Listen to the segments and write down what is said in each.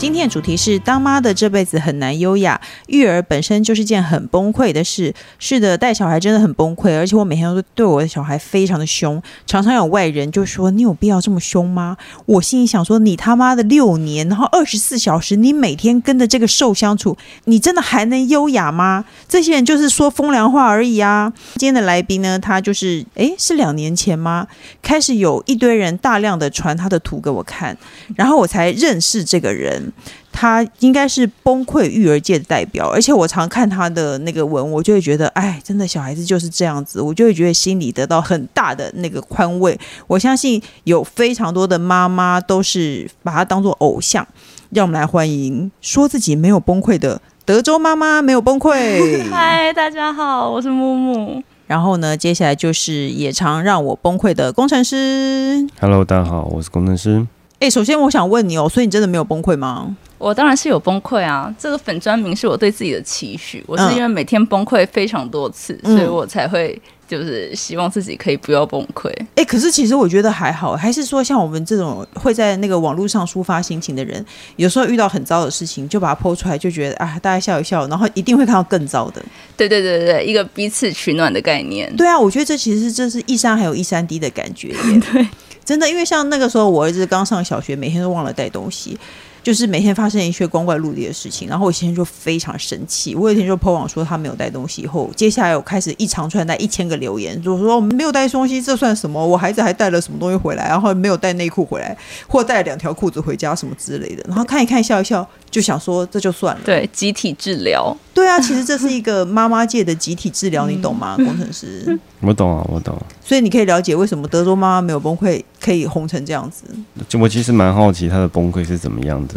今天的主题是当妈的这辈子很难优雅，育儿本身就是件很崩溃的事。是的，带小孩真的很崩溃，而且我每天都对我的小孩非常的凶，常常有外人就说：“你有必要这么凶吗？”我心里想说：“你他妈的六年，然后二十四小时，你每天跟着这个兽相处，你真的还能优雅吗？”这些人就是说风凉话而已啊。今天的来宾呢，他就是诶，是两年前吗？开始有一堆人大量的传他的图给我看，然后我才认识这个人。他应该是崩溃育儿界的代表，而且我常看他的那个文，我就会觉得，哎，真的小孩子就是这样子，我就会觉得心里得到很大的那个宽慰。我相信有非常多的妈妈都是把他当做偶像。让我们来欢迎说自己没有崩溃的德州妈妈没有崩溃。 嗨，大家好，我是木木。然后呢，接下来就是也常让我崩溃的工程师。 Hello，大家好，我是工程师。哎，首先我想问你哦，所以你真的没有崩溃吗？我当然是有崩溃啊，这个粉砖名是我对自己的期许。我嗯是因为每天崩溃非常多次，嗯所以我才会就是希望自己可以不要崩溃。哎，可是其实我觉得还好，还是说像我们这种会在那个网络上抒发心情的人，有时候遇到很糟的事情就把它剖出来，就觉得啊，大家笑一笑，然后一定会看到更糟的。对对对对对，一个彼此取暖的概念。对啊，我觉得这其实是这是一山还有一山低的感觉耶。对，真的，因为像那个时候我儿子刚上小学，每天都忘了带东西。就是每天发生一些光怪陆离的事情，然后我先生就非常生气。我有一天就破网说他没有带东西，以后接下来我开始一长串带一千个留言，就说我哦们没有带东西，这算什么？我孩子还带了什么东西回来，然后没有带内裤回来，或带了两条裤子回家什么之类的。然后看一看笑一笑，就想说这就算了。对，集体治疗。对啊，其实这是一个妈妈界的集体治疗，你懂吗？工程师。我懂啊，我懂、啊。所以你可以了解为什么德州妈妈没有崩溃，可以红成这样子。嗯就我其实蛮好奇他的崩溃是怎么样子的。哦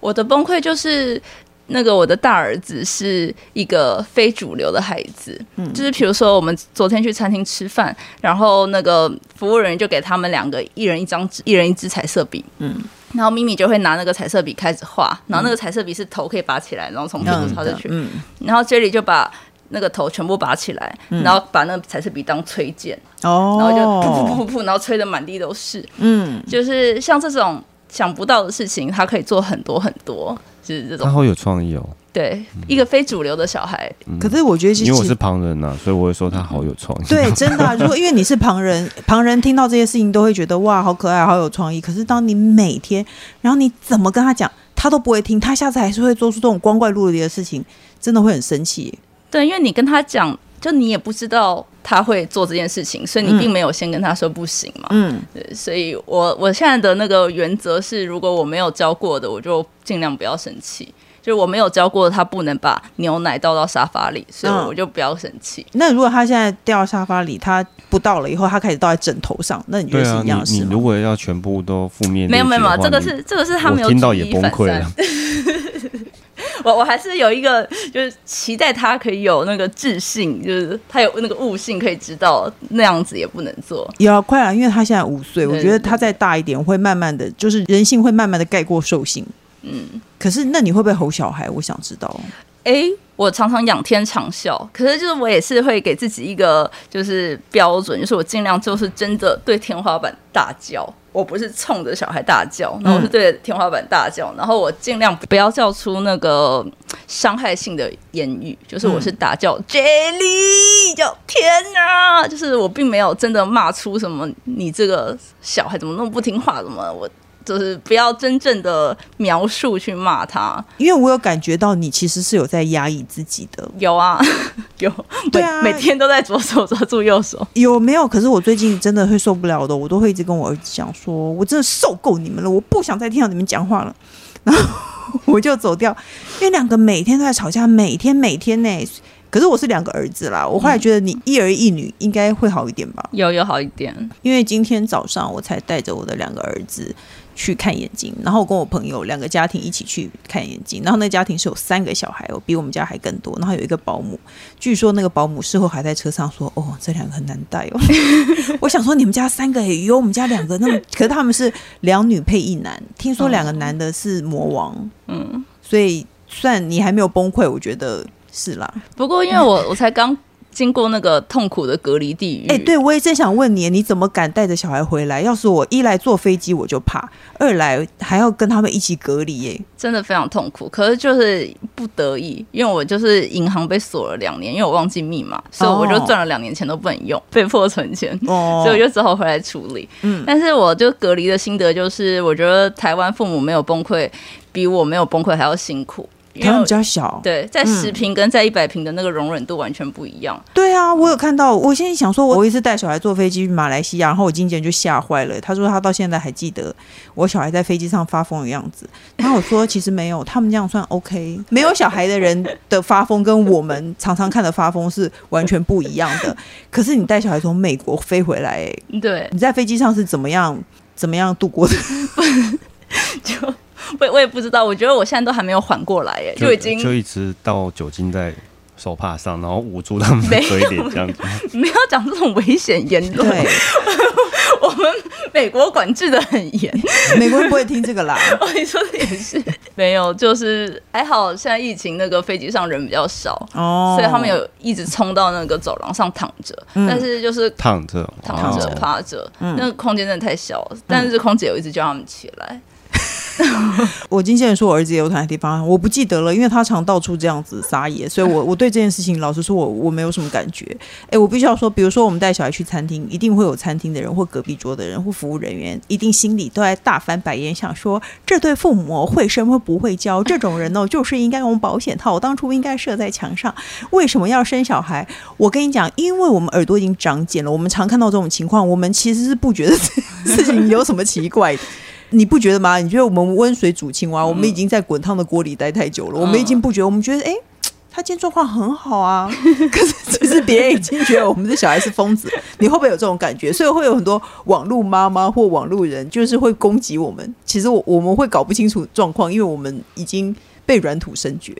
我的崩溃就是那个我的大儿子是一个非主流的孩子，嗯就是比如说我们昨天去餐厅吃饭，然后那个服务人员就给他们两个一人一张纸，一人一支彩色笔，嗯嗯。然后咪咪就会拿那个彩色笔开始画，然后那个彩色笔是头可以拔起来，然后从屁股插进去。嗯，然后 Jerry 就把那个头全部拔起来，嗯然后把那个彩色笔当吹剑，哦，然后就噗噗噗噗噗，然后吹得满地都是。嗯，就是像这种想不到的事情，他可以做很多很多，就是这他种好有创意哦，对一个非主流的小孩，可是我觉得其嗯因实为我是旁人呐、啊所以我会说他好有创意。对，真的啊、如果因为你是旁人，旁人听到这些事情都会觉得哇，好可爱，好有创意。可是当你每天，然后你怎么跟他讲，他都不会听，他下次还是会做出这种光怪陆离的事情，真的会很生气。对，因为你跟他讲，就你也不知道他会做这件事情，所以你并没有先跟他说不行嘛。嗯，对，所以我我现在的那个原则是，如果我没有教过的，我就尽量不要生气。就是我没有教过他不能把牛奶倒到沙发里，所以嗯我就不要生气。那如果他现在掉到沙发里，他不到了以后，他开始倒在枕头上，那你觉 对得是啊，一样的你事你吗？如果要全部都负面，哦没有没有没有，你这个是这个是他没有我听到也举一崩反溃三了。 我我还是有一个，就是期待他可以有那个智性，就是他有那个悟性，可以知道那样子也不能做。也要快啊了，因为他现在五岁，我对觉得他再大一点会慢慢的，就是人性会慢慢的盖过兽性。嗯，可是那你会不会吼小孩？我想知道。诶，我常常仰天长啸，可是就是我也是会给自己一个就是标准，就是我尽量就是真的对天花板大叫，我不是冲着小孩大叫，然后我是对着天花板大叫，然后我尽量不要叫出那个伤害性的言语，就是我是打叫 Jelly，叫天啊，就是我并没有真的骂出什么你这个小孩怎么那么不听话，怎么我就是不要真正的描述去骂他。因为我有感觉到你其实是有在压抑自己的，有啊， 有，对啊每每天都在左手抓住右手。有没有？可是我最近真的会受不了的，我都会一直跟我儿子讲说，我真的受够你们了，我不想再听到你们讲话了，然后我就走掉。因为两个每天都在吵架，每天每天呢、可是我是两个儿子啦，我后来觉得你一儿一女应该会好一点吧。有有好一点，因为今天早上我才带着我的两个儿子去看眼睛，然后我跟我朋友两个家庭一起去看眼睛，然后那个家庭是有三个小孩哦，比我们家还更多，然后有一个保姆，据说那个保姆事后还在车上说：“哦，这两个很难带哦。” 我想说你们家三个也有我们家两个，那么可是他们是两女配一男，听说两个男的是魔王，嗯，所以算你还没有崩溃，我觉得是啦。不过因为我我才刚经过那个痛苦的隔离地狱，哎、对，我也正想问你，你怎么敢带着小孩回来？要是我一来坐飞机我就怕，二来还要跟他们一起隔离耶、真的非常痛苦，可是就是不得已，因为我就是银行被锁了两年，因为我忘记密码，所以我就赚了两年钱都不能用，被迫存钱，哦， 所以我就只好回来处理。嗯但是我就隔离的心得就是，我觉得台湾父母没有崩溃，比我没有崩溃还要辛苦，因台为湾我比较小，对，在十平跟在一百平的那个容忍度完全不一样。对啊，我有看到。我现在想说，我有一次带小孩坐飞机去马来西亚，然后我经纪人就吓坏了，他说他到现在还记得我小孩在飞机上发疯的样子。然后我说其实没有，他们这样算 OK。没有小孩的人的发疯跟我们常常看的发疯是完全不一样的。可是你带小孩从美国飞回来、欸，对，你在飞机上是怎么样怎么样度过 的？就我也我也不知道，我觉得我现在都还没有缓过来，耶，就已经就一直倒酒精在手帕上，然后捂住他们的嘴脸这样子。 没有讲这种危险言 论。对，我们美国管制的很严， 美国人不会听这个啦。哦，你说的也是，没有，就是还好现在疫情那个飞机上人比较少。哦， 所以他们有一直冲到那个走廊上躺着，嗯但是就是躺着， 躺着哇哦趴着，嗯那个空间真的太小了。但是空姐有一直叫他们起来，我经纪人说我儿子也有躺在地方，我不记得了，因为他常到处这样子撒野，所以我我对这件事情老实说我，我没有什么感觉。哎，我必须要说，比如说我们带小孩去餐厅，一定会有餐厅的人或隔壁桌的人或服务人员，一定心里都在大翻白眼，想说这对父母哦会生或不会教，这种人哦就是应该用保险套，我当初应该设在墙上，为什么要生小孩？我跟你讲，因为我们耳朵已经长茧了，我们常看到这种情况，我们其实是不觉得 这事情有什么奇怪的。你不觉得吗？你觉得我们温水煮青嗯蛙，我们已经在滚烫的锅里待太久了，我们已经不觉得，我们觉得哎。他今天状况很好啊， 可是其实别人已经觉得我们这小孩是疯子，你会不会有这种感觉？所以会有很多网络妈妈或网络人，就是会攻击我们。其实我我们会搞不清楚状况，因为我们已经被软土生绝。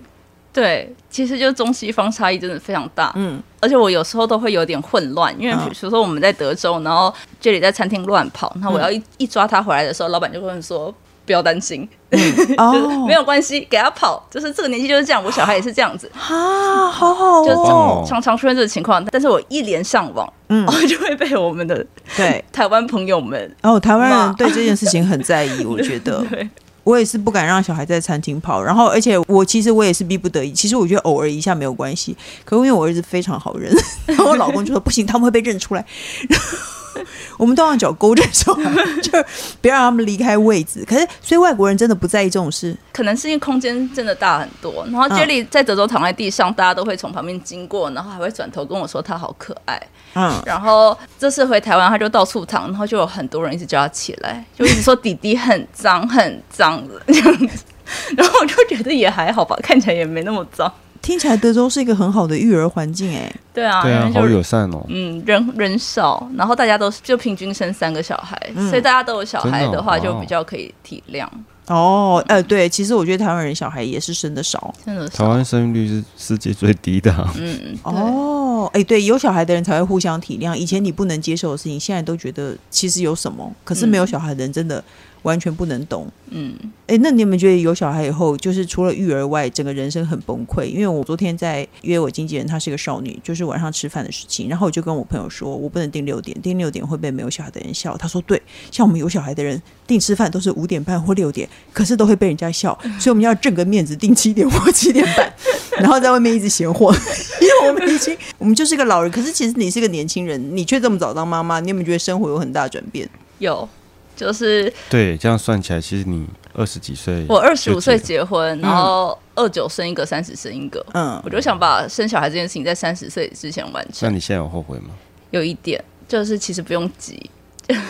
对，其实就中西方差异真的非常大。嗯，而且我有时候都会有点混乱，因为嗯比如说我们在德州，然后这里在餐厅乱跑，嗯那我要一、一抓他回来的时候，老板就会说不要担心， 就是哦没有关系，给他跑，就是这个年纪就是这样，我小孩也是这样子，啊，好好就是常、哦，常常出现这个情况。但是我一连上网，嗯然后 就会被我们的对。台湾朋友们，然后台湾骂人对这件事情很在意，我觉得。 对，我也是不敢让小孩在餐厅跑，然后而且我其实我也是逼不得已，其实我觉得偶尔一下没有关系，可因为我儿子非常好 人，然后我老公就说不行，他们会被认出来， 然后我们都用脚勾着小孩， 就是不要让他们离开位置。可是所以外国人真的不在意这种事，可能是因为空间真的大很多。然后嗯 Jelly 在德州躺在地上，大家都会从旁边经过，然后还会转头跟我说他好可爱。嗯，然后这次回台湾，他就到处躺，然后就有很多人一直叫他起来，就一直说弟弟很脏很脏的这样子。然后我就觉得也还好吧，看起来也没那么脏。听起来德州是一个很好的育儿环境、哎，对啊，对啊，因为好就友善哦。嗯人人少，然后大家都是就平均生三个小孩，所以大家都有小孩真的的哦话，就哇哦比较可以体谅。哦，呃，对，其实我觉得台湾人小孩也是生的少，真的台少，湾生育率是世界最低的啊、嗯，对。哦，哎、对，有小孩的人才会互相体谅。以前你不能接受的事情，现在都觉得其实有什么，可是没有小孩的人真的完全不能懂。嗯，哎、那你们觉得有小孩以后，就是除了育儿外，整个人生很崩溃？因为我昨天在约我经纪人，她是个少女，就是晚上吃饭的事情，然后我就跟我朋友说，我不能定六点，定六点会被没有小孩的人笑。她说对，像我们有小孩的人定吃饭都是五点半或六点，可是都会被人家笑，所以我们要挣个面子，定七点或七点半，然后在外面一直闲晃，因为我们已经我们就是个老人，可是其实你是个年轻人，你却这么早当妈妈，你有没有觉得生活有很大转变？有，就是对，这样算起来，其实你二十几岁，我二十五岁，结婚，嗯然后二九生一个，三十生一个。嗯我，就想把生小孩这件事情在三十岁之前完那成。你现在有后悔吗？有一点就是其实不用急，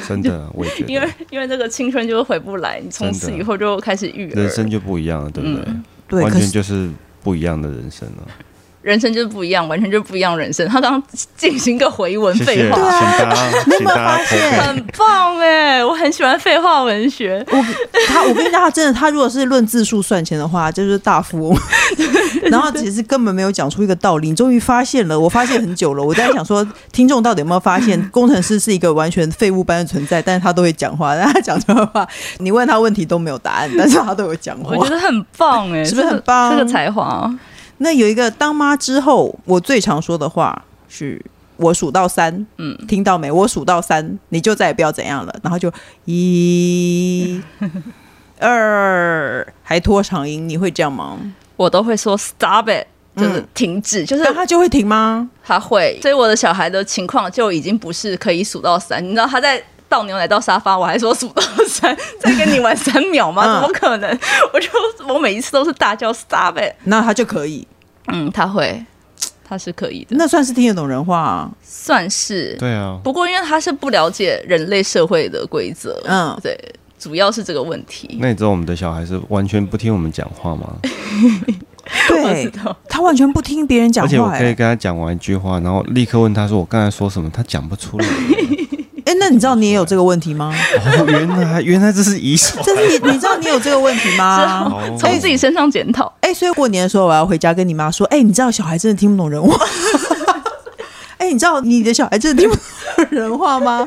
真的，我也觉 因为得，因为这个青春就是回不来，你从此真的以后就开始育儿。嗯人生就不一样了，对不对？嗯对，完可全是就是不一样的人生了。人生就是不一样，完全就是不一样人生。他刚进行一个回文谢谢，废请话，大家， 请大家发现投票很棒哎，我很喜欢废话文学。我他我跟大家真的，他如果是论字数算钱的话，就是大富 翁。然后其实根本没有讲出一个道理，你终于发现了。我发现很久了，我在想说，听众到底有没有发现，工程师是一个完全废物般的存在，但是他都会讲话，但他讲出来的话，你问他问题都没有答案，但是他都有讲我话觉。得很棒哎，是不是这个很棒这个才华，那有一个当妈之后，我最常说的话是。我数到三，嗯，听到没？我数到三，你就再也不要怎样了。然后就一、二，还拖长音，你会这样吗？我都会说 stop it，就是嗯停止，就是那他就会停吗？他会。所以我的小孩的情况就已经不是可以数到三，你知道他在。倒牛奶到沙发，我还说数到三， 再跟你玩三秒嗯吗？怎么可能？ 我就我每一次都是大叫 stop it。那他就可以，嗯，他会，他是可以的，那算是听得懂人话、啊。算是。对啊，不过因为他是不了解人类社会的规则，嗯对，主要是这个问题。那你知道我们的小孩是完全不听我们讲话吗？我知对，道，他完全不听别人讲而且我话、可以欸。跟他讲完一句话，然后立刻问他说我刚才说什么，他讲 不出来。哎、那你知道你也有这个问题 吗？哦，原来原来这是遗传。这是你，你知道你有这个问题吗？哦 从自己身上检讨。哎、所以过年的时候我要回家跟你妈说，哎、你知道小孩真的听不懂人话。哎、你知道你的小孩真的听不懂人话吗？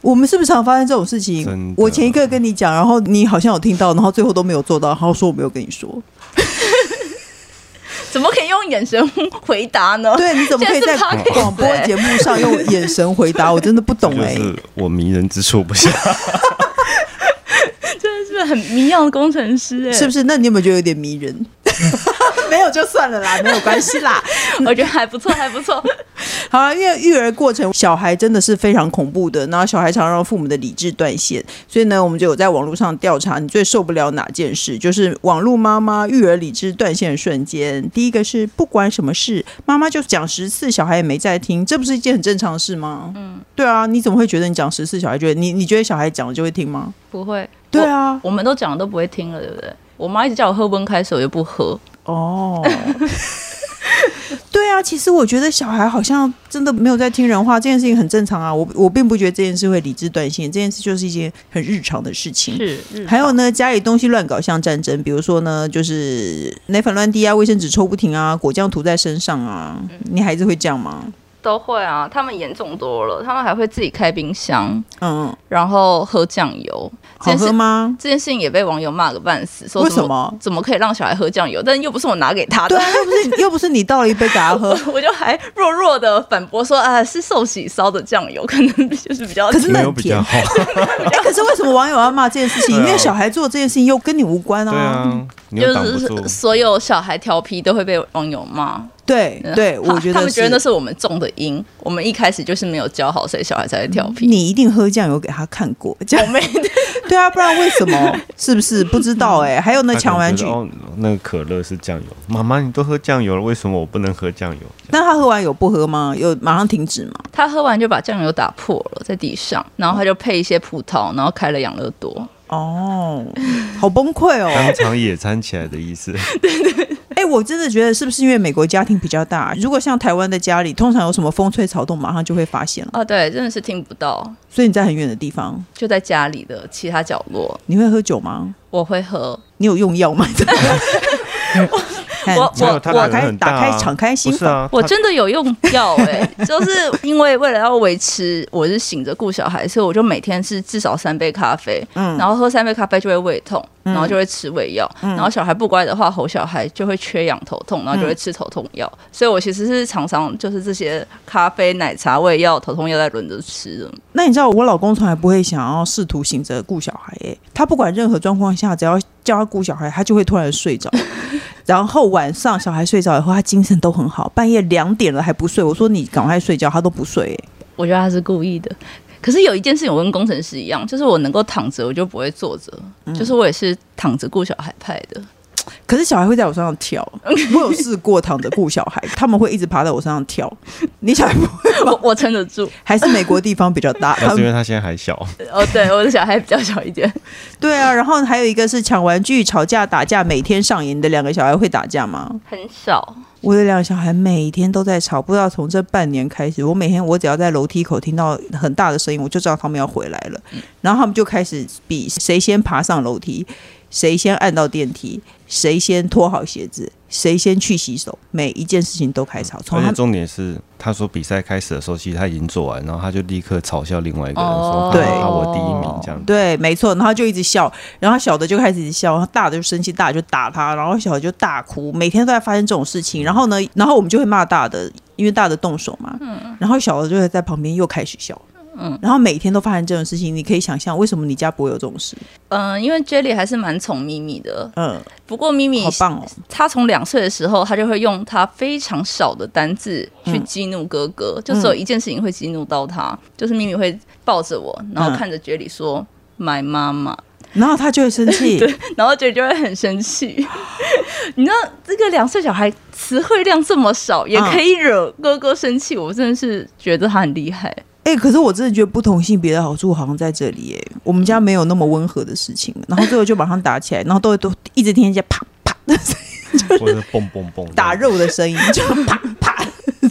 我们是不是常发生这种事情真？的我前一个跟你讲，然后你好像有听到，然后最后都没有做到，然后说我没有跟你说。怎么可以用眼神回答呢？对，你怎么可以哦在现在是 podcast 广播节目上用眼神回答？我真的不这懂哎、就是我迷人之处，不是？ 真的是很迷样的工程师哎、是不是？那你有没有觉得有点迷人？ 没有就算了啦，没有关系啦。我觉得还不错，还不错。好啊，因为育儿过程，小孩真的是非常恐怖的，然后小孩常让父母的理智断线，所以呢，我们就有在网络上调查，你最受不了哪件事？就是网络妈妈育儿理智断线瞬间。第一个是不管什么事，妈妈就讲十次，小孩也没在听，这不是一件很正常的事吗？嗯，对啊，你怎么会觉得你讲十次，小孩就会你你觉得小孩讲了就会听吗？不会，对啊，我们都讲了都不会听了，对不对？我妈一直叫我喝温开水，我就不喝。哦。对啊，其实我觉得小孩好像真的没有在听人话，这件事情很正常啊。我我并不觉得这件事会理智断线，这件事就是一件很日常的事情。是，还有呢，家里东西乱搞像战争，比如说呢，就是奶粉乱滴啊，卫生纸抽不停啊，果酱涂在身上啊，嗯你孩子会这样吗？都会啊，他们严重多了，他们还会自己开冰箱，嗯，然后喝酱油。好这件事喝吗？这件事情也被网友骂个半死，说为怎什么怎么可以让小孩喝酱油？但又不是我拿给他的对， 啊，又不是你又不是你倒了一杯给他喝，我就还弱弱的反驳说啊，是寿喜烧的酱油，可能就是比较可是那没很有比较 好。哎、可是为什么网友要骂这件事情？对啊因为小孩做这件事情又跟你无关对啊，你又就挡不住。是所有小孩调皮都会被网友骂。对 对，他我觉得他们觉得是那是我们种的因，我们一开始就是没有教好，所以小孩才会调皮。你一定喝酱油给他看过，这样没 对啊，不然为什么？是不是不知道、 欸？哎，还有那他可能抢玩觉具得，哦，那个可乐是酱油。妈妈，你都喝酱油了，为什么我不能喝酱油？那他喝完有不喝吗？有马上停止吗？他喝完就把酱油打破了在地上，然后他就配一些葡萄，然后开了养乐多。 哦，好崩溃哦！ 当场野餐起来的意思。哎、我真的觉得是不是因为美国家庭比较大？如果像台湾的家里，通常有什么风吹草动，马上就会发现了。啊，对，真的是听不到，所以你在很远的地方，就在家里的其他角落。你会喝酒吗？我会喝，你有用药 吗？ 看我没有他打胆子开很大打啊开敞开心不是房，啊，我他真的有用药哎、 就是因为为了要维持我是醒着顾小孩，所以我就每天是至少三杯咖啡，嗯然后喝三杯咖啡就会胃痛，然后就会吃胃药，然后小孩不乖的话，吼小孩就会缺氧头痛，然后就会吃头痛药，所以我其实是常常就是这些咖啡、奶茶、胃药、头痛药在轮着吃的。那你知道我老公从来不会想要试图醒着顾小孩、欸，他不管任何状况下，只要叫他顾小孩，他就会突然睡着。然后晚上小孩睡着以后，他精神都很好，半夜两点了还不睡。我说你赶快睡觉，他都不睡、欸。我觉得他是故意的。可是有一件事情，我跟工程师一样，就是我能够躺着，我就不会坐着，就是我也是躺着顾小孩派的。 可是小孩会在我身上跳，我有试过躺着顾小孩，他们会一直爬在我身上跳。你小孩不会我我撑得住。还是美国地方比较大，他那是因们为他现在 还小，哦，对，我的小孩比较小一点。对啊。然后还有一个是抢玩具、吵架、打架，每天上演你的两个小孩会打架吗？ 很少，我的两个小孩每天都在吵，不知道从这半年开始，我每天我只要在楼梯口听到很大的声音，我就知道他们要回来了。嗯然后他们就开始比谁先爬上楼梯，谁先按到电梯，谁先脱好鞋子，谁先去洗手，每一件事情都开吵。从而他且们重点是，他说比赛开始的时候，其实他已经做完，然后他就立刻嘲笑另外一个人哦说：“对他我第一名这样。”对，没错，然后他就一直笑，然后小的就开始一直笑，然后大的就生气，大的就打他，然后小的就大哭，每天都在发生这种事情。然后呢，然后我们就会骂大的，因为大的动手嘛，然后小的就会在旁边又开始笑，嗯，然后每天都发生这种事情，你可以想象为什么你家不会有这种事，嗯、因为 Jelly 还是蛮宠咪咪的，嗯，不过咪咪好棒哦，他从两岁的时候，他就会用他非常少的单字去激怒哥哥，就只有一件事情会激怒到他，就是咪咪会抱着我，然后看着杰里说。买妈妈，然后他就会生 气，然后杰里就会很生气。 你知道这个两岁小孩词汇量这么少，也可以惹哥哥生气，我真的是觉得他很厉害。哎、可是我真的觉得不同性别的好处好像在这里耶、我们家没有那么温和的事情，然后最后就马上打起来，然后都会都一直听人家啪啪的声音或者是蹦蹦蹦打肉的声音， 就啪啪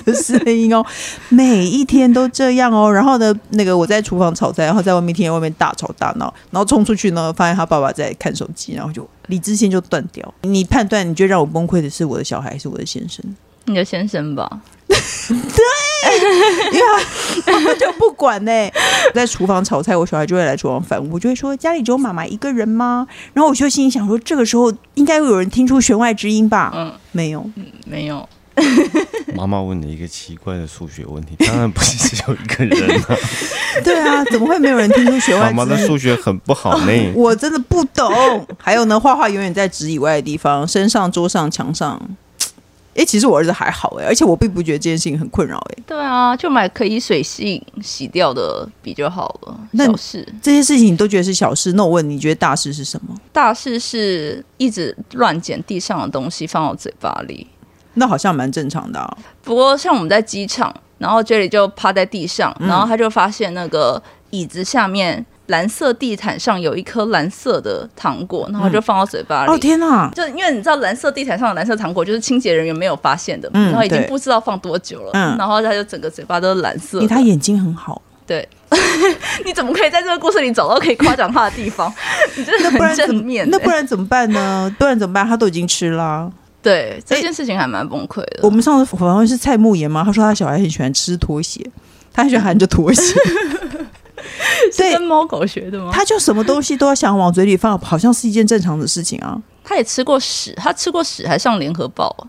的声音哦，每一天都这样哦。然后呢，那个我在厨房炒菜，然后在外面听见外面大吵大闹，然后冲出去呢，发现他爸爸在看手机，然后就理智线就断掉。你判断，你觉得让我崩溃的是我的小孩，还是我的先生？你的先生吧，就不管呢、在厨房炒菜，我小孩就会来厨房反问，我就会说：“家里只有妈妈一个人吗？”然后我就心里想说，这个时候应该会有人听出弦外之音吧？嗯，没有，没有，妈妈问你一个奇怪的数学问题，当然不是只有一个人 啊。对啊，怎么会没有人听出弦外妈之音？妈的数学很不好呢。 我真的不懂。还有呢，画画永远在纸以外的地方，身上、桌上、墙上。哎、其实我儿子还好哎、而且我并不觉得这件事情很困扰哎、对啊，就买可以水洗洗掉的笔就好了，那小事。这些事情你都觉得是小事，那我问你，你觉得大事是什么？大事是一直乱捡地上的东西放到嘴巴里。那好像蛮正常的、啊。不过像我们在机场，然后 Jerry 就趴在地上，嗯然后他就发现那个椅子下面蓝色地毯上有一颗蓝色的糖果，然后就放到嘴巴里。哦天哪、就因为你知道蓝色地毯上的蓝色糖果就是清洁人员没有发现的，嗯然后已经对不知道放多久了，嗯然后他就整个嘴巴都是蓝色因的。为他眼睛很好，对， 你怎么可以在这个故事里找到可以夸奖他的地方？ 你真的不然 很怎正么面欸、那不然怎么办呢？不然怎么办？他都已经吃啦、哎对这件事情还蛮崩溃的。我们上次访问是蔡慕言嘛，他说他小孩很喜欢吃拖鞋，他很喜欢含着拖 鞋，是对跟，猫狗学的吗？他他就什么东西都要想往嘴里放，好像是一件正常的事情啊。他也吃过屎，他吃过屎还上联合报、啊，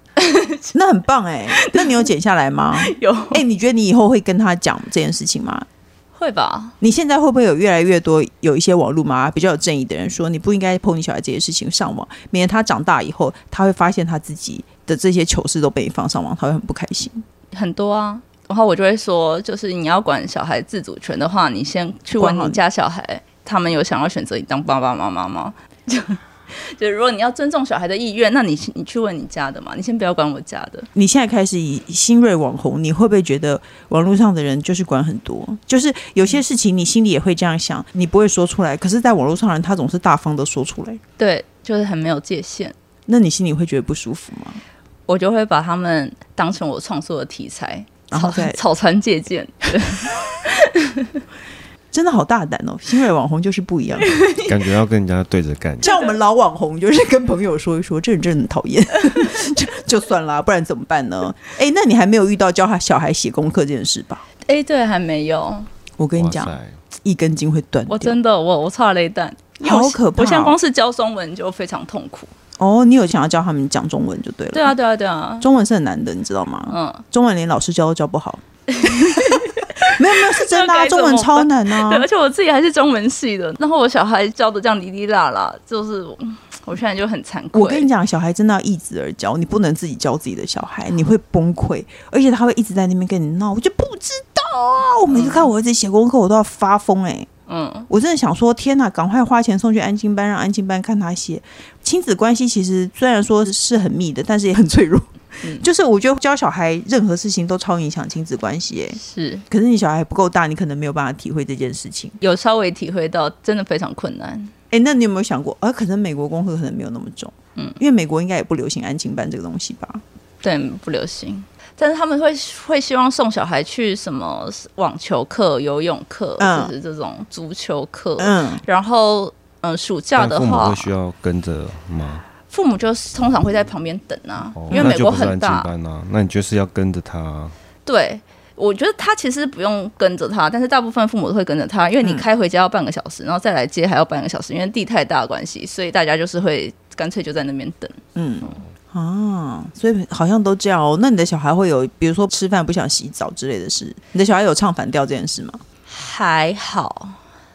那很棒哎、那你有剪下来吗？有哎、你觉得你以后会跟他讲这件事情吗？ 会吧？你现在会不会有越来越多有一些网络嘛比较有正义的人说你不应该碰你小孩这些事情上网，免得他长大以后他会发现他自己的这些糗事都被你放上网，他会很不开心。很多啊。然后我就会说，就是你要管小孩自主权的话，你先去管问好你你家小孩，他们有想要选择你当爸爸妈妈吗？ 就就如果你要尊重小孩的意愿，那你你去问你家的嘛，你先不要管我家的。你现在开始以新锐网红，你会不会觉得网络上的人就是管很多？就是有些事情你心里也会这样想，你不会说出来，可是在网络上的人他总是大方的说出来，对，就是很没有界限，那你心里会觉得不舒服吗？我就会把他们当成我创作的题材，然后草再草船借箭。真的好大胆哦！新锐网红就是不一样， 感觉要跟人家对着干。像我们老网红就是跟朋友说一说，这人真的很讨 厌，就就算啦，不然怎么办呢？哎，那你还没有遇到教他小孩写功课这件事吧？哎，对，还没有，我跟你哇讲，塞，一根筋会断我掉，真的我我差了一蛋，因为我好现可怕哦我现在光是教中文就非常痛苦。哦。你有想要教他们讲中文就对了，对啊，，对啊，对啊，中文是很难的，你知道吗？嗯，中文连老师教都教不 好。没有没有是真的、啊，那该怎中么文办超难啊对，！而且我自己还是中文系的，然后我小孩教的这样哩哩啦啦，就是我嗯我现在就很惭愧。我跟你讲，小孩真的要一直而教，你不能自己教自己的小孩，你会崩溃，而且他会一直在那边跟你闹，我就不知道啊！我每次看我儿子写功课，我都要发疯哎、嗯，我真的想说，天哪，赶快花钱送去安静班，让安静班看他写。亲子关系其实虽然说是很密的，但是也很脆弱。嗯就是我觉得教小孩任何事情都超影响亲子关系、欸，是可是你小孩不够大，你可能没有办法体会这件事情。有稍微体会到，真的非常困难。哎，那你有没有想过，呃，可能美国功课可能没有那么重，嗯，因为美国应该也不流行安静班这个东西吧？对，不流行。但是他们会会希望送小孩去什么网球课、游泳课，嗯就是这种足球课。嗯，然后，嗯、暑假但的父母话会，需要跟着吗？父母就是通常会在旁边等啊，哦，因为那美就国不是很安亲大，班啊，那你就是要跟着他啊。哎对。我觉得他其实不用跟着他，但是大部分父母都会跟着他，因为你嗯开回家要半个小时，然后再来接还要半个小时，因为地太大的关系，所以大家就是会干脆就在那边等。嗯。啊，所以好像都这样哦。那你的小孩会有，比如说吃饭不想洗澡之类的事，你的小孩有唱反调这件事吗？还好，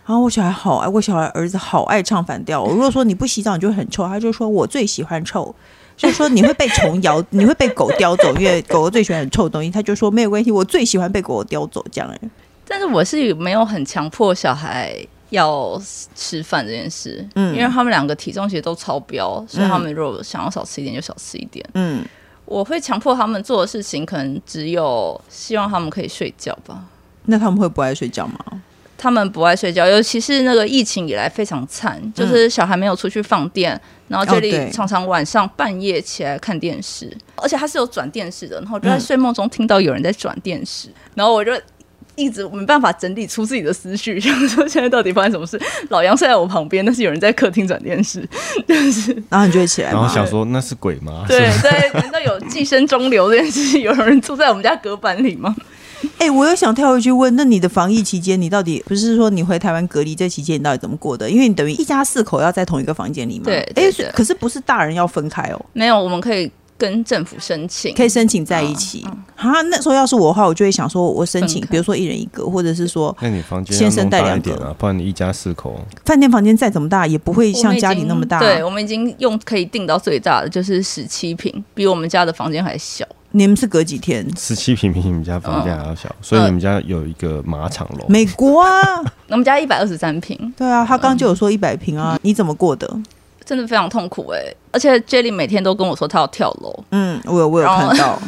啊，我小孩好爱，我小孩儿子好爱唱反调、哦。如果说你不洗澡，你就会很臭，他就说我最喜欢臭，就说你会被虫咬， 你会被狗叼走，因为狗狗最喜欢很臭的东西。他就说没有关系，我最喜欢被狗狗叼走这样、欸。但是我是没有很强迫小孩要吃饭这件事，嗯因为他们两个体重其实都超标，所以嗯他们如果想要少吃一点就少吃一点。嗯，我会强迫他们做的事情，可能只有希望他们可以睡觉吧。那他们会不爱睡觉吗？他们不爱睡觉，尤其是那个疫情以来非常惨，就是小孩没有出去放电，然后嗯这哦对里常常晚上半夜起来看电视，而且他是有转电视的，然后我就在睡梦中听到有人在转电视，然后我就。一直没办法整理出自己的思绪，想说现在到底发生什么事。老杨睡在我旁边，但是有人在客厅转 电视，然后你就会起来然后吗？想说那是鬼吗？对对，难道有寄生中流这件事情？有人住在我们家隔板里吗？哎、我又想跳回去问，那你的防疫期间，你到底不是说你回台湾隔离这期间，你到底怎么过的？因为你等于一家四口要在同一个房间里嘛。对哎、对所以对可是不是大人要分开哦，没有，我们可以跟政府申请，可以申请在一起。啊、那时候要是我的话，我就会想说，我申请，嗯分开比如说一人一个，或者是说那你房间先要生弄带大两一个点啊，不然你一家四口饭店房间再怎么大，也不会我们像已家里经那么大。对，我们已经用可以定到最大的，就是十七平，比我们家的房间还小。你们是隔几天？十七平比你们家房间还要哦小，所以你们家有一个马场楼。美国啊，我们家一百二十三平，对啊，他刚就有说一百平啊，你怎么过的？真的非常痛苦哎、而且 Jelly 每天都跟我说他要跳楼，嗯，我有我有然后看到，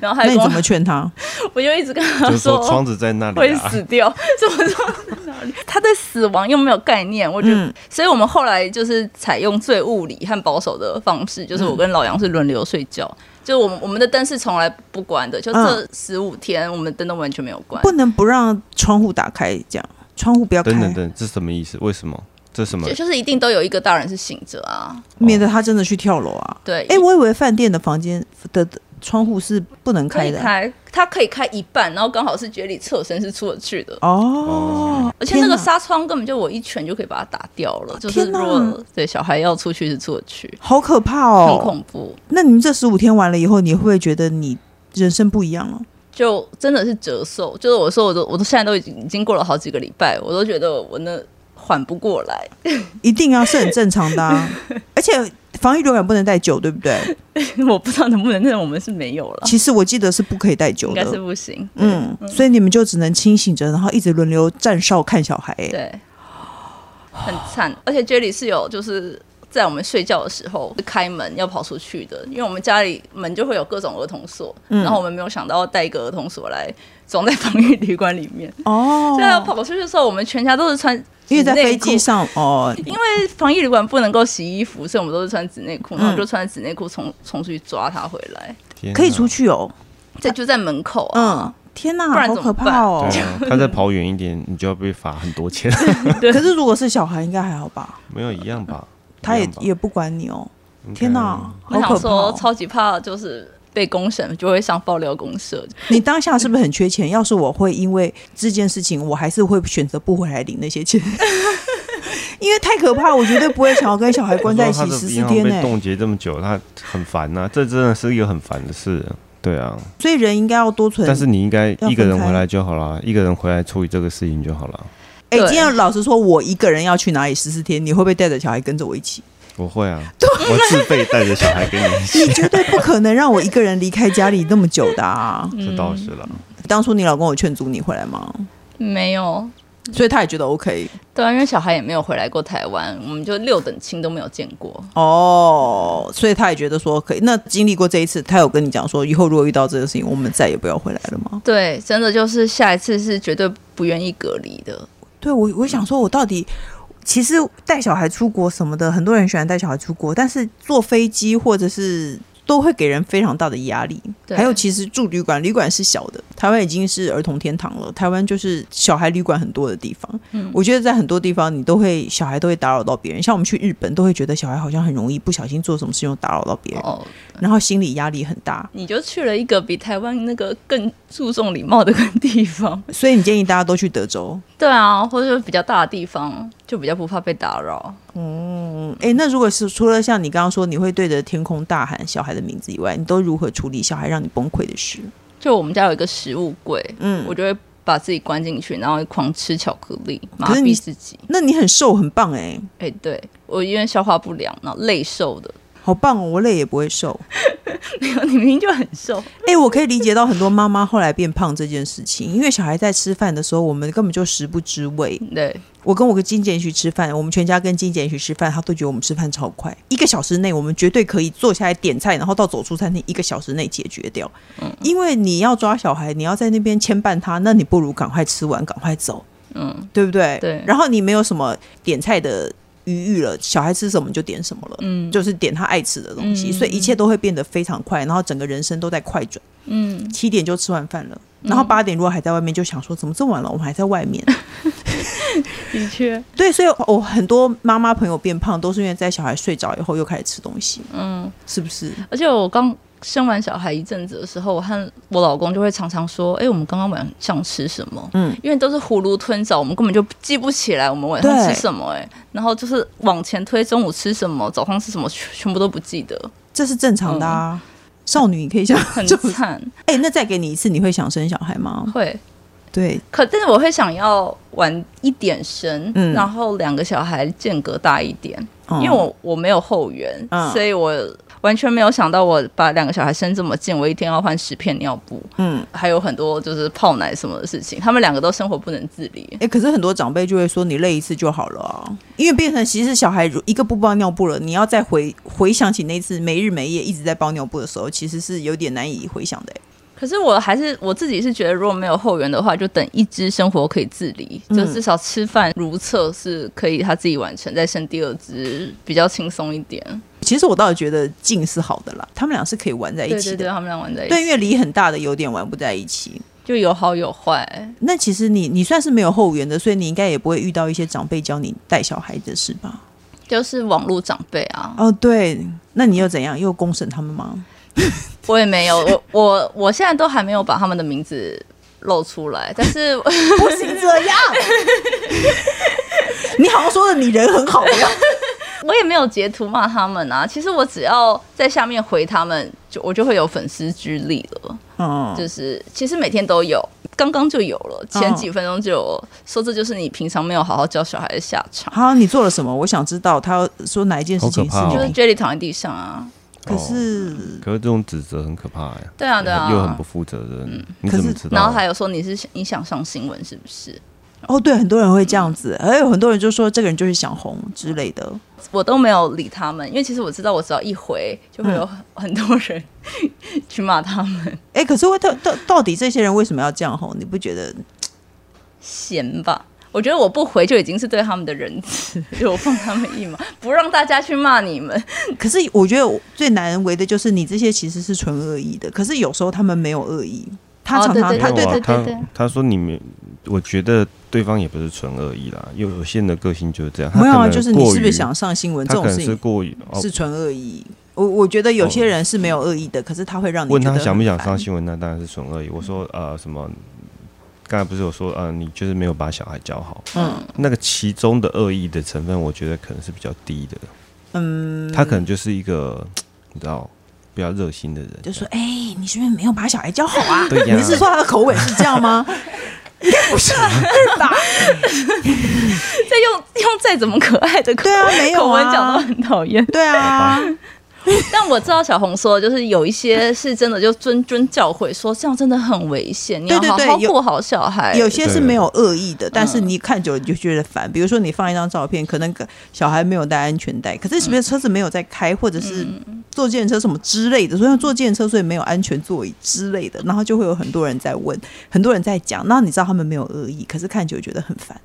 然后还那跟你我怎，么劝他？我就一直跟他就是说窗子在那里会啊，死掉， 怎么说在哪里？他对死亡又没有概念，我觉得，嗯所以我们后来就是采用最务理和保守的方式，就是嗯我跟老杨是轮流睡觉。就我们我们的灯是从来不关的，就这嗯十五天我们灯都完全没有关。不能不让窗户打开，这样窗户不要开等，等等，这什么意思？为什么？这什么就？就是一定都有一个大人是醒着啊，哦免得他真的去跳楼啊。对，哎、我以为饭店的房间的窗户是不能可开以的。开，他可以开一半，然后刚好是觉里侧身是出得去的，哦，而且那个天哪哦纱窗根本就我一拳就可以把它打掉了，就是天如哪果对小孩要出去是出得去，好可怕很哦！恐怖，那你们这十五天完了以后，你会不会觉得你人生不一样了？就真的是折寿，就是我说我都我都现在都已经已经过了好几个礼拜，我都觉得我那缓不过来， 一定要是很正常的、啊，而且防疫流感不能带酒，对不对？我不知道能不能，但是我们是没有了，其实我记得是不可以带酒哦应该是的。不行，对嗯，所以你们就只能清醒着，然后一直轮流站哨看小孩、欸。对，很惨。而且 Jelly 是有就是在我们睡觉的时候开门要跑出去的，因为我们家里门就会有各种儿童锁，嗯然后我们没有想到要带一个儿童锁来装在防疫旅馆里面。哦所以，他跑出去的时候，我们全家都是穿。因为在飞机，上哦，因为防疫旅馆不能够洗衣服，所以我们都是穿纸内裤，然嗯后我就穿纸内裤冲冲出去抓他回来，天哪可以出去哦。这就在门口嗯。，啊天哪，不然好怎可么办怕哦！对啊，他再跑远一点，你就要被罚很 多钱。可是如果是小孩，应该还好吧？没有一样吧？他一也样吧也不管你哦。应该天哪，我好想可怕、说，哦！超级怕就是被公审，就会上爆料公社，你当下是不是很缺钱？要是我会因为这件事情，我还是会选择不回来领那些钱， 因为太可怕，我绝对不会想要跟小孩关在一 起他说他十的四银行天呢、被冻结这么久，他很烦呐、这真的是一个很烦的事。对啊，所以人应该要多存。但是你应该要一个人分开回来就好了，一个人回来处理这个事情就好了。哎、对今天老实说，我一个人要去哪里十四天，你会不会带着小孩跟着我一起？ 我会啊，我自费带着小孩跟你 一你起，绝对不可能让我一个人离开家里那么久的啊！这倒是了。当初你老公有劝阻你回来吗？没有，所以他也觉得 OK 对啊，因为小孩也没有回来过台湾，我们就六等亲都没有见过。哦，所以他也觉得说可以。那经历过这一次，他有跟你讲说，以后如果遇到这个事情，我们再也不要回来了吗？对，真的就是下一次是绝对不愿意隔离的。对我，我想说，我到底其实带小孩出国什么的，很多人喜欢带小孩出国，但是坐飞机或者是都会给人非常大的压力。对还有，其实住旅馆，旅馆是小的，台湾已经是儿童天堂了，台湾就是小孩旅馆很多的地方。嗯我觉得在很多地方，你都会小孩都会打扰到别人，像我们去日本，都会觉得小孩好像很容易不小心做什么事情就打扰到别人，哦，然后心理压力很大。你就去了一个比台湾那个更注重礼貌的 地方。所以你建议大家都去德州。对啊，或者是比较大的地方，就比较不怕被打扰。嗯，哎，那如果是除了像你刚刚说你会对着天空大喊小孩的名字以外，你都如何处理小孩让你崩溃的事？就我们家有一个食物柜，嗯我，就会把自己关进去，然后狂吃巧克力，麻可是你痹自己。那你很瘦，很棒哎、哎、对我因为消化不良，然后累瘦的，好棒哦！我累也不会瘦。没有， 你明明就很瘦。哎、我可以理解到很多妈妈后来变胖这件事情，因为小孩在吃饭的时候，我们根本就食不知味。对，我跟我个金姐一起吃饭，我们全家跟金姐一起吃饭，她都觉得我们吃饭超快，一个小时内我们绝对可以坐下来点菜，然后到走出餐厅一个小时内解决掉。嗯因为你要抓小孩，你要在那边牵绊他，那你不如赶快吃完，赶快走，嗯对不对？对然后你没有什么点菜的余裕了，小孩吃什么你就点什么了。嗯就是点他爱吃的东西，嗯所以一切都会变得非常快，然后整个人生都在快转。嗯，七点就吃完饭了，然后八点如果还在外面，就想说怎么这么晚了，我们还在外面。的确，对，所以我很多妈妈朋友变胖，都是因为在小孩睡着以后又开始吃东西，嗯，是不是？而且我刚生完小孩一阵子的时候，我和我老公就会常常说：“哎、我们刚刚晚上吃什么？”嗯，因为都是囫囵吞枣，我们根本就记不起来我们晚上对吃什么、哎，然后就是往前推，中午吃什么，早上吃什么，全全部都不记得，这是正常的啊。少女，你可以想，嗯 很就惨。哎、那再给你一次，你会想生小孩吗？会，对，可但是我会想要晚一点生，嗯然后两个小孩间隔大一点，嗯因为我我没有后援，嗯所以我完全没有想到我把两个小孩生这么近，我一天要换十片尿布，嗯。还有很多就是泡奶什么的事情，他们两个都生活不能自理。哎、可是很多长辈就会说你累一次就好了啊，因为变成其实小孩如一个不包尿布了，你要再回回想起那次没日没夜一直在包尿布的时候，其实是有点难以回想的、哎可是我还是我自己是觉得，如果没有后援的话，就等一只生活可以自理，嗯就至少吃饭如厕是可以他自己完成，再生第二只比较轻松一点。其实我倒觉得近是好的啦，他们俩是可以玩在一对起对的。对，他们俩玩在一对，起，因为离很大的有点玩不在一起。就有好有坏。那其实你你算是没有后援的，所以你应该也不会遇到一些长辈教你带小孩的事吧？就是网络长辈啊，哦，对，那你又怎样？又公审他们吗？我也没 有，我我我现在都还没有把他们的名字露出来，但是 不行这样，你好像说的你人很好 一样。我也没有截图骂他们啊。其实我只要在下面回他们，就我就会有粉丝之力了。嗯，就是其实每天都有，刚刚就有了，前嗯几分钟就有了说这就是你平常没有好好教小孩的下场。好，你做了什么？我想知道他说哪一件事情是好就可怕是你哦。 Jelly 躺在地上啊，可是，可是这种指责很可怕呀，对啊对啊，又很不负责任，你怎嗯可么是知道？啊然后还有说你是你想上新闻是不是？哦，对，很多人会这样子，还有很多人就说这个人就是想红之类的。我都没有理他们，因为其实我知道，我只要一回就会有嗯很多人 去骂他们，哎，可是会到到到底这些人为什么要这样红？你不觉得闲吧。我觉得我不回就已经是对他们的仁慈，就我放他们一马，不让大家去骂你们。可是我觉得我最难为的就是你这些其实是纯恶意的，可是有时候他们没有恶意，他哦常常、对他没对有啊对对他对他说你们，我觉得对方也不是纯恶意啦，有有些人的个性就是这样。他没有啊，可能就是你是不过于是想上新闻这他种可事能是情过于哦是纯恶意。我我觉得有些人是没有恶意的，可是他会让你问觉他得想不想很上烦新闻，那当然是纯恶意。我说呃什么，刚才不是有说呃你就是没有把小孩教好，嗯那个其中的恶意的成分，我觉得可能是比较低的。嗯，他可能就是一个你知道比较热心的人，就说哎、你是不是没有把小孩教好啊？对呀你是说他的口吻是这样 吗？应该不是吧？再用用再怎么可爱的口对啊，没有口吻啊，讲都很讨厌。 对 啊，但我知道小红说，就是有一些是真的就谆谆教诲说，这样真的很危险，你要对好对对好有过好小孩。有些是对没有恶意的，但是你看久了你就觉得烦。比如说你放一张照片，可能个小孩没有带安全带，可是是不是车子没有在开，或者是坐电车什么之类的，所以坐电车所以没有安全座椅之类的，然后就会有很多人在问，很多人在讲，那你知道他们没有恶意，可是看久了觉得很烦。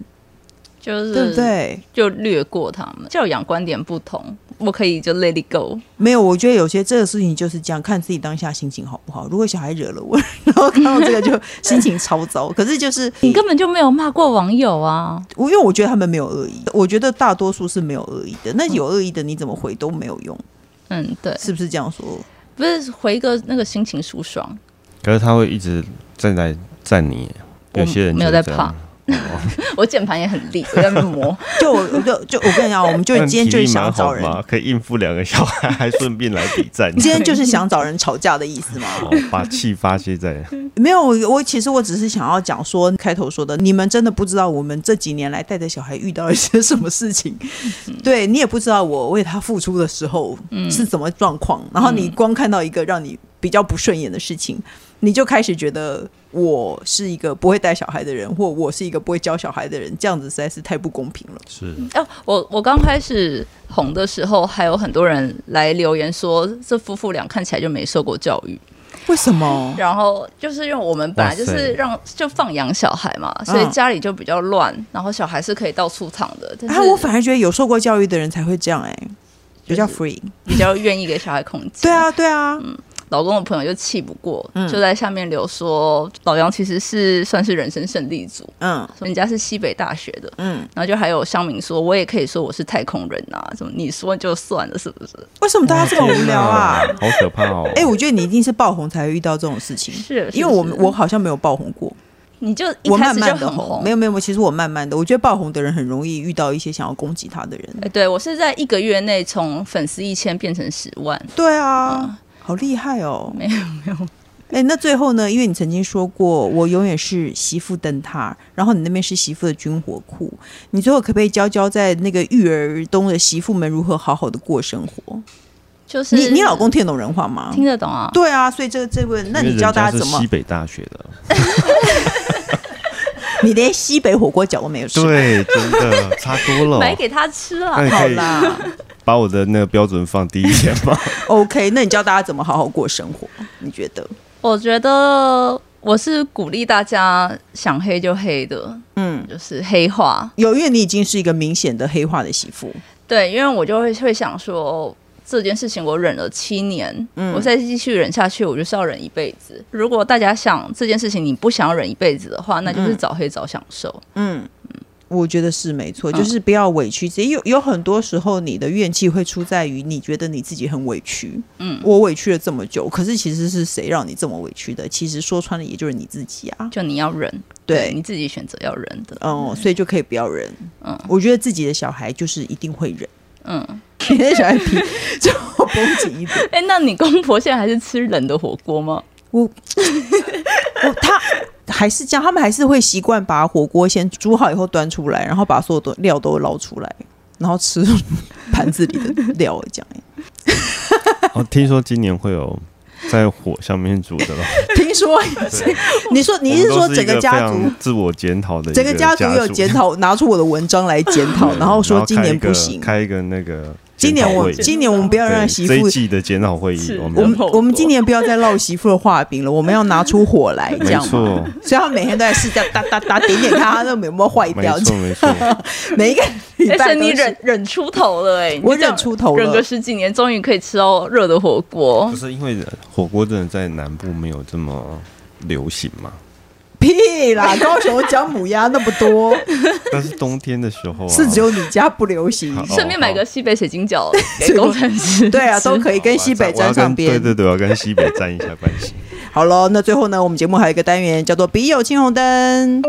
就是对不对？就略过他们，教养观点不同，我可以就 let it go。没有，我觉得有些这个事情就是这样，看自己当下心情好不好。如果小孩惹了我， 然后看到这个就心情超糟，可是就是你根本就没有骂过网友啊！我因为我觉得他们没有恶意，我觉得大多数是没有恶意的。那有恶意的你怎么回都没有用，嗯，对，是不是这样说？不是回一个那个心情舒爽， 可是他会一直站在站你，有些人我没有就在是这样，我键盘也很利，我在那边磨。 就我就就我跟你讲，我们就 那今天体就是力想要蛮找好人，嘛，可以应付两个小孩，还顺便来比战，今天就是想找人吵架的意思 吗？哦把气发泄在。没有，我我其实我只是想要讲说，开头说的，你们真的不知道我们这几年来带着小孩遇到一些什么事情，对你也不知道我为他付出的时候嗯是怎么状况，然后你光看到一个让你比较不顺眼的事情，你就开始觉得我是一个不会带小孩的人，或我是一个不会教小孩的人，这样子实在是太不公平了。是，哎、我我刚开始红的时候，还有很多人来留言说，这夫妇俩看起来就没受过教育。为什 么？然后就是因为我们本来就哇是塞让就放养小孩嘛，所以嗯家里就比较乱，然后小孩是可以到处躺的，但啊，是我反而觉得有受过教育的人才会这样、哎，比较 free。比较愿意给小孩空间。 对，啊，嗯对啊，老公的朋友就气不过，就在下面留说，老杨其实是算是人生胜利组，嗯人家是西北大学的，嗯，然后就还有乡民说，我也可以说我是太空人啊，什么你说就算了，是不是？为什么大家这么无聊 啊？好可怕哦！哎、我觉得你一定是爆红才会遇到这种事情，是是因为我们是我好像没有爆红过，你就一我开慢始就慢的很红，没有没有，其实我慢慢的，我觉得爆红的人很容易遇到一些想要攻击他的人。哎，对我是在一个月内从粉丝一千变成十万，对啊，好厉害哦！嗯没有没有。哎、那最后呢？因为你曾经说过，我永远是媳妇灯塔，然后你那边是媳妇的军火库。你最后可不可以教教在那个育儿中的媳妇们如何好好的过生活？就是你你老公听得懂人话吗？听得懂啊？对啊，所以这个这问，那因为你人教大是家怎么西？北大学的，你连西北火锅饺都没有吃，对，真的差多哦了。买给他吃啊 那！你好可以啦。把我的那个标准放低一点 吗？ OK，那你教大家怎么好好过生活？你觉得？我觉得我是鼓励大家想黑就黑的，嗯，就是黑化。有，因为你已经是一个明显的黑化的媳妇。对，因为我就会会想说。哦这件事情我忍了七年，嗯我再继续忍下去，我就是要忍一辈子。如果大家想这件事情你不想要忍一辈子的话，那就是早黑早享受。嗯，我觉得是没错，就是不要委屈自己。有有很多时候，你的怨气会出在于你觉得你自己很委屈。嗯，我委屈了这么久，可是其实是谁让你这么委屈的？其实说穿了，也就是你自己啊。就你要忍，对你自己选择要忍的。嗯，所以就可以不要忍。嗯我觉得自己的小孩就是一定会忍，嗯， 你的小孩皮就绷紧一点。哎、那你公婆现在还是吃冷的火锅吗？我我哦他还是这样，他们还是会习惯把火锅先煮好以后端出来，然后把所有的料都捞出来，然后 吃盘子里的料。这样，哦，听说今年会有在火上面煮的了。听说你说 你我们是都说是整个个家非族常自我检讨的一整个家家族有检讨，拿出我的文章来检讨，对然后说开今年一个不行，开一个那个今年检讨我会议今年我们不要对让媳这妇一。季的检讨会议是，我我们们后果我们今年不要再烙媳妇的画饼了，我们要拿出火来，这没样吗？错，所以他每天都在试，这样哒哒哒点点，看他那有没有坏没掉。错，没错，每一个礼但拜是都哎你是忍忍出头了哎、你我这样忍出头了忍个十几年，终于可以吃到热的火锅不。是因为火锅真的在南部没有这么流行嘛，屁啦！高雄姜母鸭那么 多，但是冬天的时候啊是只有你家不流行。好顺便买个西北水晶 饺是给工程师。对啊，都可以跟西北我要沾跟上边。对对对，我要跟西北沾一下关系。好喽，那最后呢，我们节目还有一个单元叫做“笔友青红灯”，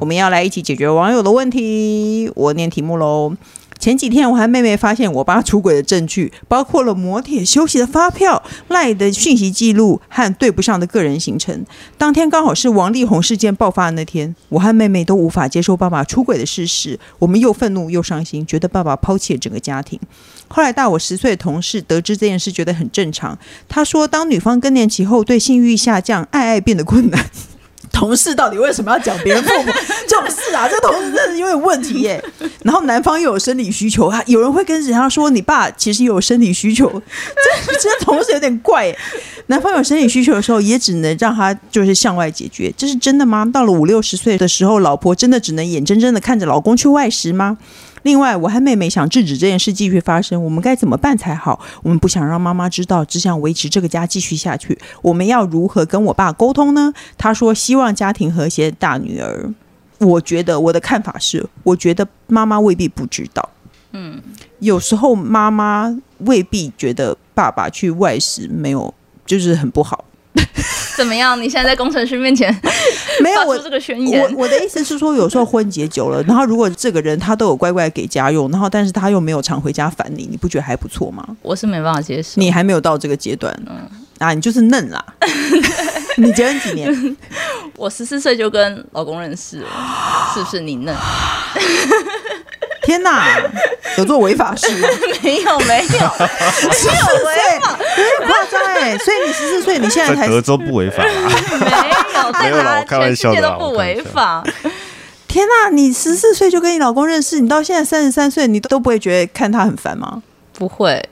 我们要来一起解决网友的问题。我念题目喽。前几天我和妹妹发现我爸出轨的证据，包括了磨铁休息的发票、赖的讯息记录和对不上的个人行程。当天刚好是王力宏事件爆发的那天，我和妹妹都无法接受爸爸出轨的事实，我们又愤怒又伤心，觉得爸爸抛弃了整个家庭。后来大我十岁的同事得知这件事，觉得很正常，他说，当女方更年期后，对性欲下降，爱爱变得困难。 同事到底为什么要讲别人父母 这种事啊？这同事真的有点问题耶。然后男方又有生理需求，啊有人会跟人家说你爸其实有生理需求， 这这同事有点怪耶。男方有生理需求的时候，也只能让他就是向外解决，这是真的吗？到了五六十岁的时候，老婆真的只能眼睁睁的看着老公去外食吗？另外，我和妹妹想制止这件事继续发生，我们该怎么办才好？我们不想让妈妈知道，只想维持这个家继续下去。我们要如何跟我爸沟通呢？他说希望家庭和谐，大女儿。我觉得我的看法是，我觉得妈妈未必不知道，嗯，有时候妈妈未必觉得爸爸去外食没有就是很不好。怎么样？你现在在工程师面前没有发哎我出这个宣我言，我的意思是说，有时候婚结久了，然后如果这个人他都有乖乖给家用，然后但是他又没有常回家烦你，你不觉得还不错吗？我是没啊嗯办法接受。你还没有到这个阶段，啊，你就是嫩啦。你结婚几年？我十四岁就跟老公认识了，是不是你 嫩？天哪，有做违法事，没有没有， 十四岁，有点夸张哎。所以你十四岁，你现在在才德州不违法啊啦。 没有，没有啦大我开家玩全世笑界的啦都不违法。天哪，你十四岁就跟你老公认识，你到现在三十三岁，你都不会觉得看他很烦吗？不会，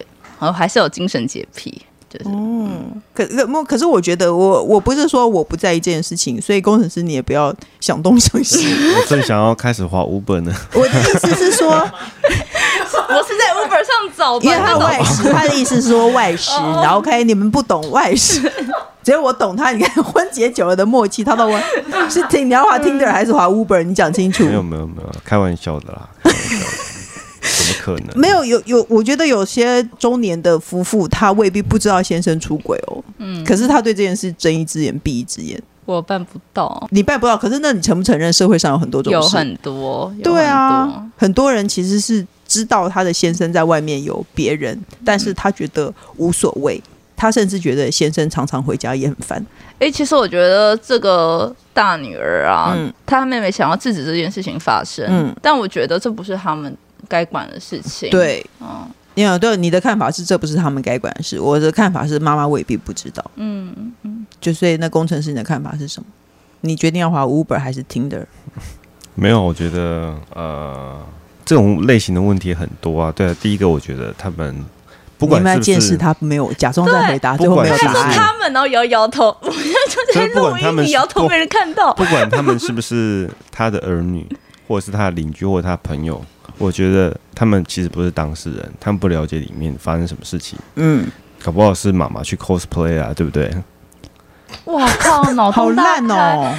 我还是有精神洁癖，就是、哦嗯可可可是我觉得我我不是说我不在意这件事情，所以工程师你也不要想东想西。我正想要开始滑 Uber 呢， 我的意思是说，我是在 Uber 上 找因为他的的外食，他的意思是说外食，哦然后 OK，你们不懂外食， 只有我懂他。你看婚结久了的默契，他都问 是听你要滑 Tinder 还是滑 Uber，你讲清楚。没有没有没有，开玩笑 的啦，开玩笑的怎么可能？没有有有，我觉得有些中年的夫妇，他未必不知道先生出轨哦。嗯，可是他对这件事睁一只眼闭一只眼，我办不到，你办不到。可是那你承不承认社会上有很多种有事？很多，有对很多啊，很多人其实是知道他的先生在外面有别人，嗯但是他觉得无所谓，他甚至觉得先生常常回家也很烦。哎、其实我觉得这个大女儿啊，嗯她妹妹想要制止这件事情发生，嗯但我觉得这不是他们该管的事情。，对，嗯你有对你的看法是这不是他们该管的事，我的看法是妈妈未必不知道。嗯，就所以那工程师你的看法是什么？你决定要滑 Uber 还是 Tinder？没有，我觉得呃，这种类型的问题很多啊。对啊，第一个我觉得他们不管你们是要不是见识他没有，假装在回答，对最后没有不答管是是案。他们，然后摇摇头，我就在所以不录管他音，们你是摇头多没人看到。不管他们是不是他的 儿女，或者是他的邻居，或者他朋友，我觉得他们其实不是当事人，他们不了解里面发生什么事情，嗯，搞不好是妈妈去 cosplay 啊，对不对？哇靠，脑好洞大烂开！哦。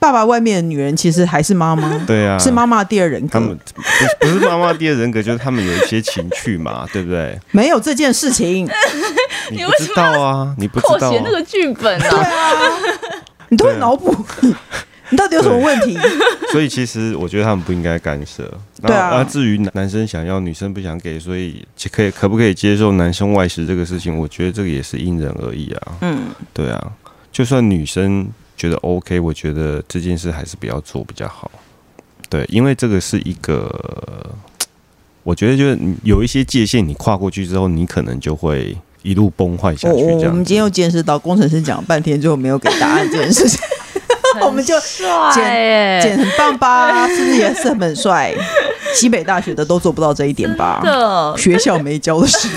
爸爸外面的女人其实还是妈妈，对 啊，是妈妈的第二人他格们，不是不是妈妈第二人格，就是他们有一些情趣嘛，对不对？没有这件事情。你不知道啊，你不知扩道、写那啊，个剧 本对啊，啊，你都会脑补，你到底有什么问题？ 所以其实我觉得他们不应该干涉。对啊那那至于男男生想要，女生不想给，所以其可以可不可以接受男生外食这个事情？我觉得这个也是因人而异啊。嗯，对啊，就算女生觉得 OK，我觉得这件事还是不要做比较好。对，因为这个是一个，我觉得就是你有一些界限，你跨过去之后，你可能就会一路崩坏下我去。我这哦我样们子今天又见识到工程师讲了半天，最后没有给答案这件事 情，我们就帅欸耶简很棒吧？是不是也是很帅？西北大学的都做不到这一点吧？的，学校没教的 事。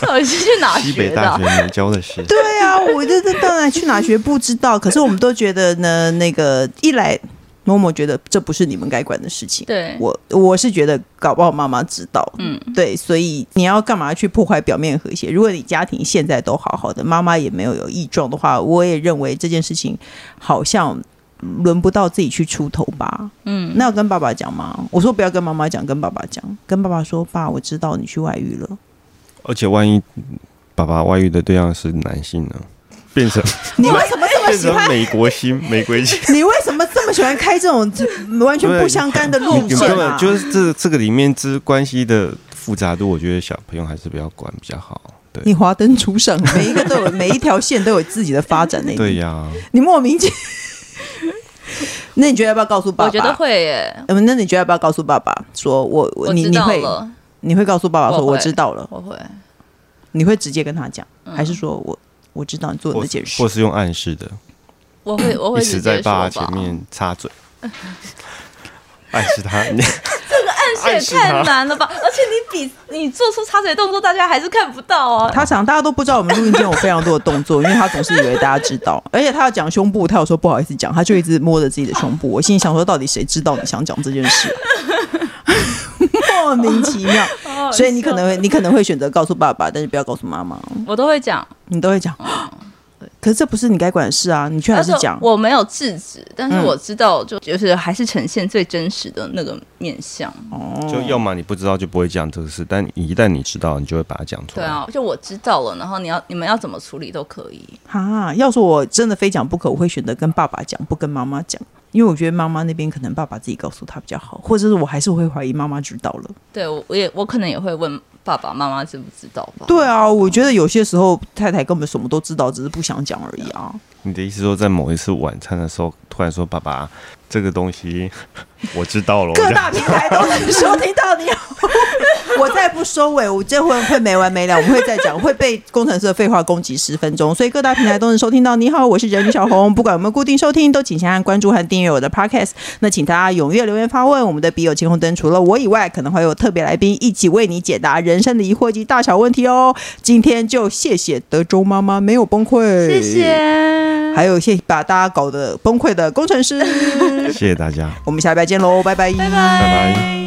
到底是去哪西学北的大啊学？没教 的是，对啊，我这这当然去哪学不知道，可是我们都觉得呢，那个一来。默默觉得这不是你们该管的事情，对我我是觉得搞不好妈妈知道，嗯，对，所以你要干嘛去破坏表面和谐？如果你家庭现在都好好的，妈妈也没有有异状的话，我也认为这件事情好像轮不到自己去出头吧。嗯，那要跟爸爸讲吗？我说不要跟妈妈讲，跟爸爸讲，跟爸爸说，爸，我知道你去外遇了，而且万一爸爸外遇的对象是男性呢，变成你为什么这么变喜欢成美国星玫瑰 星。你为什么这么喜欢开这种完全不相干的路你根线本啊？就是这这个里面之关系的复杂度，我觉得小朋友还是不要管比较好。对，你华灯初上，每一个都有，每一条线都有自己的发展能对力。呀、你莫名 其那你觉得要不要告诉爸爸？我觉得。会耶，嗯，那你觉得要不要告诉爸爸？说我我我你知你道会了，你会告诉爸爸说我会我知道了，我会。你会直接跟他讲，嗯还是说我我知道你做的或那件事或？是用暗示的，我会我一会直直在接说爸吧。前面插嘴，爱死 他，你这也太难了吧！而且你比你做出插嘴动作，大家还是看不到 啊。他想大家都不知道我们录音间有非常多的动 作，因为他总是以为大家知道，而且他要讲胸部，他有时候不好意思讲，他就一直摸着自己的胸部。我心里想说，到底谁知道你想讲这件事、 啊？莫名其妙，哦所以你可能会，你可能会选择告诉爸爸，但是不要告诉妈妈，我都会讲，你都会讲。 可是这不是你该管的事啊，你却还但是讲。我没有制止，但是嗯我知道就，就是还是呈现最真实的那个面相。哦就要么你不知道就不会讲这个事，但你一旦你知道，你就会把它讲出对来。啊，就我知道了，然后你要你们要怎么处理都可以。哈，要说我真的非讲不可，我会选择跟爸爸讲，不跟妈妈讲，因为我觉得妈妈那边可能爸爸自己告诉他比较好，或者是我还是会怀疑妈妈知道了。对我我也我可能也会问爸爸妈妈知不知道吧。对啊，我觉得有些时候太太根本什么都知道，只是不想讲而已啊。你的意思说，在某一次晚餐的时候，突然说：“爸爸，这个东西 我知道了。”各大平台都能收听到你。 我再不收尾，我这会会没完没了，我们会再讲，会被工程师的废话攻击十分钟。所以各大平台都能收听到。你好，我是人鱼小红。不管有没有固定收听，都请先按关注和订阅我的 podcast。那请大家踊跃留言发问。我们的笔友青红灯除了我以外，可能会有特别来宾一起为你解答人生的疑惑及大小问题哦。今天就谢谢德州妈妈没有崩溃，谢谢，还有谢谢把大家搞得崩溃的工程师。谢谢大家，我们下礼拜见喽，拜拜，拜拜拜。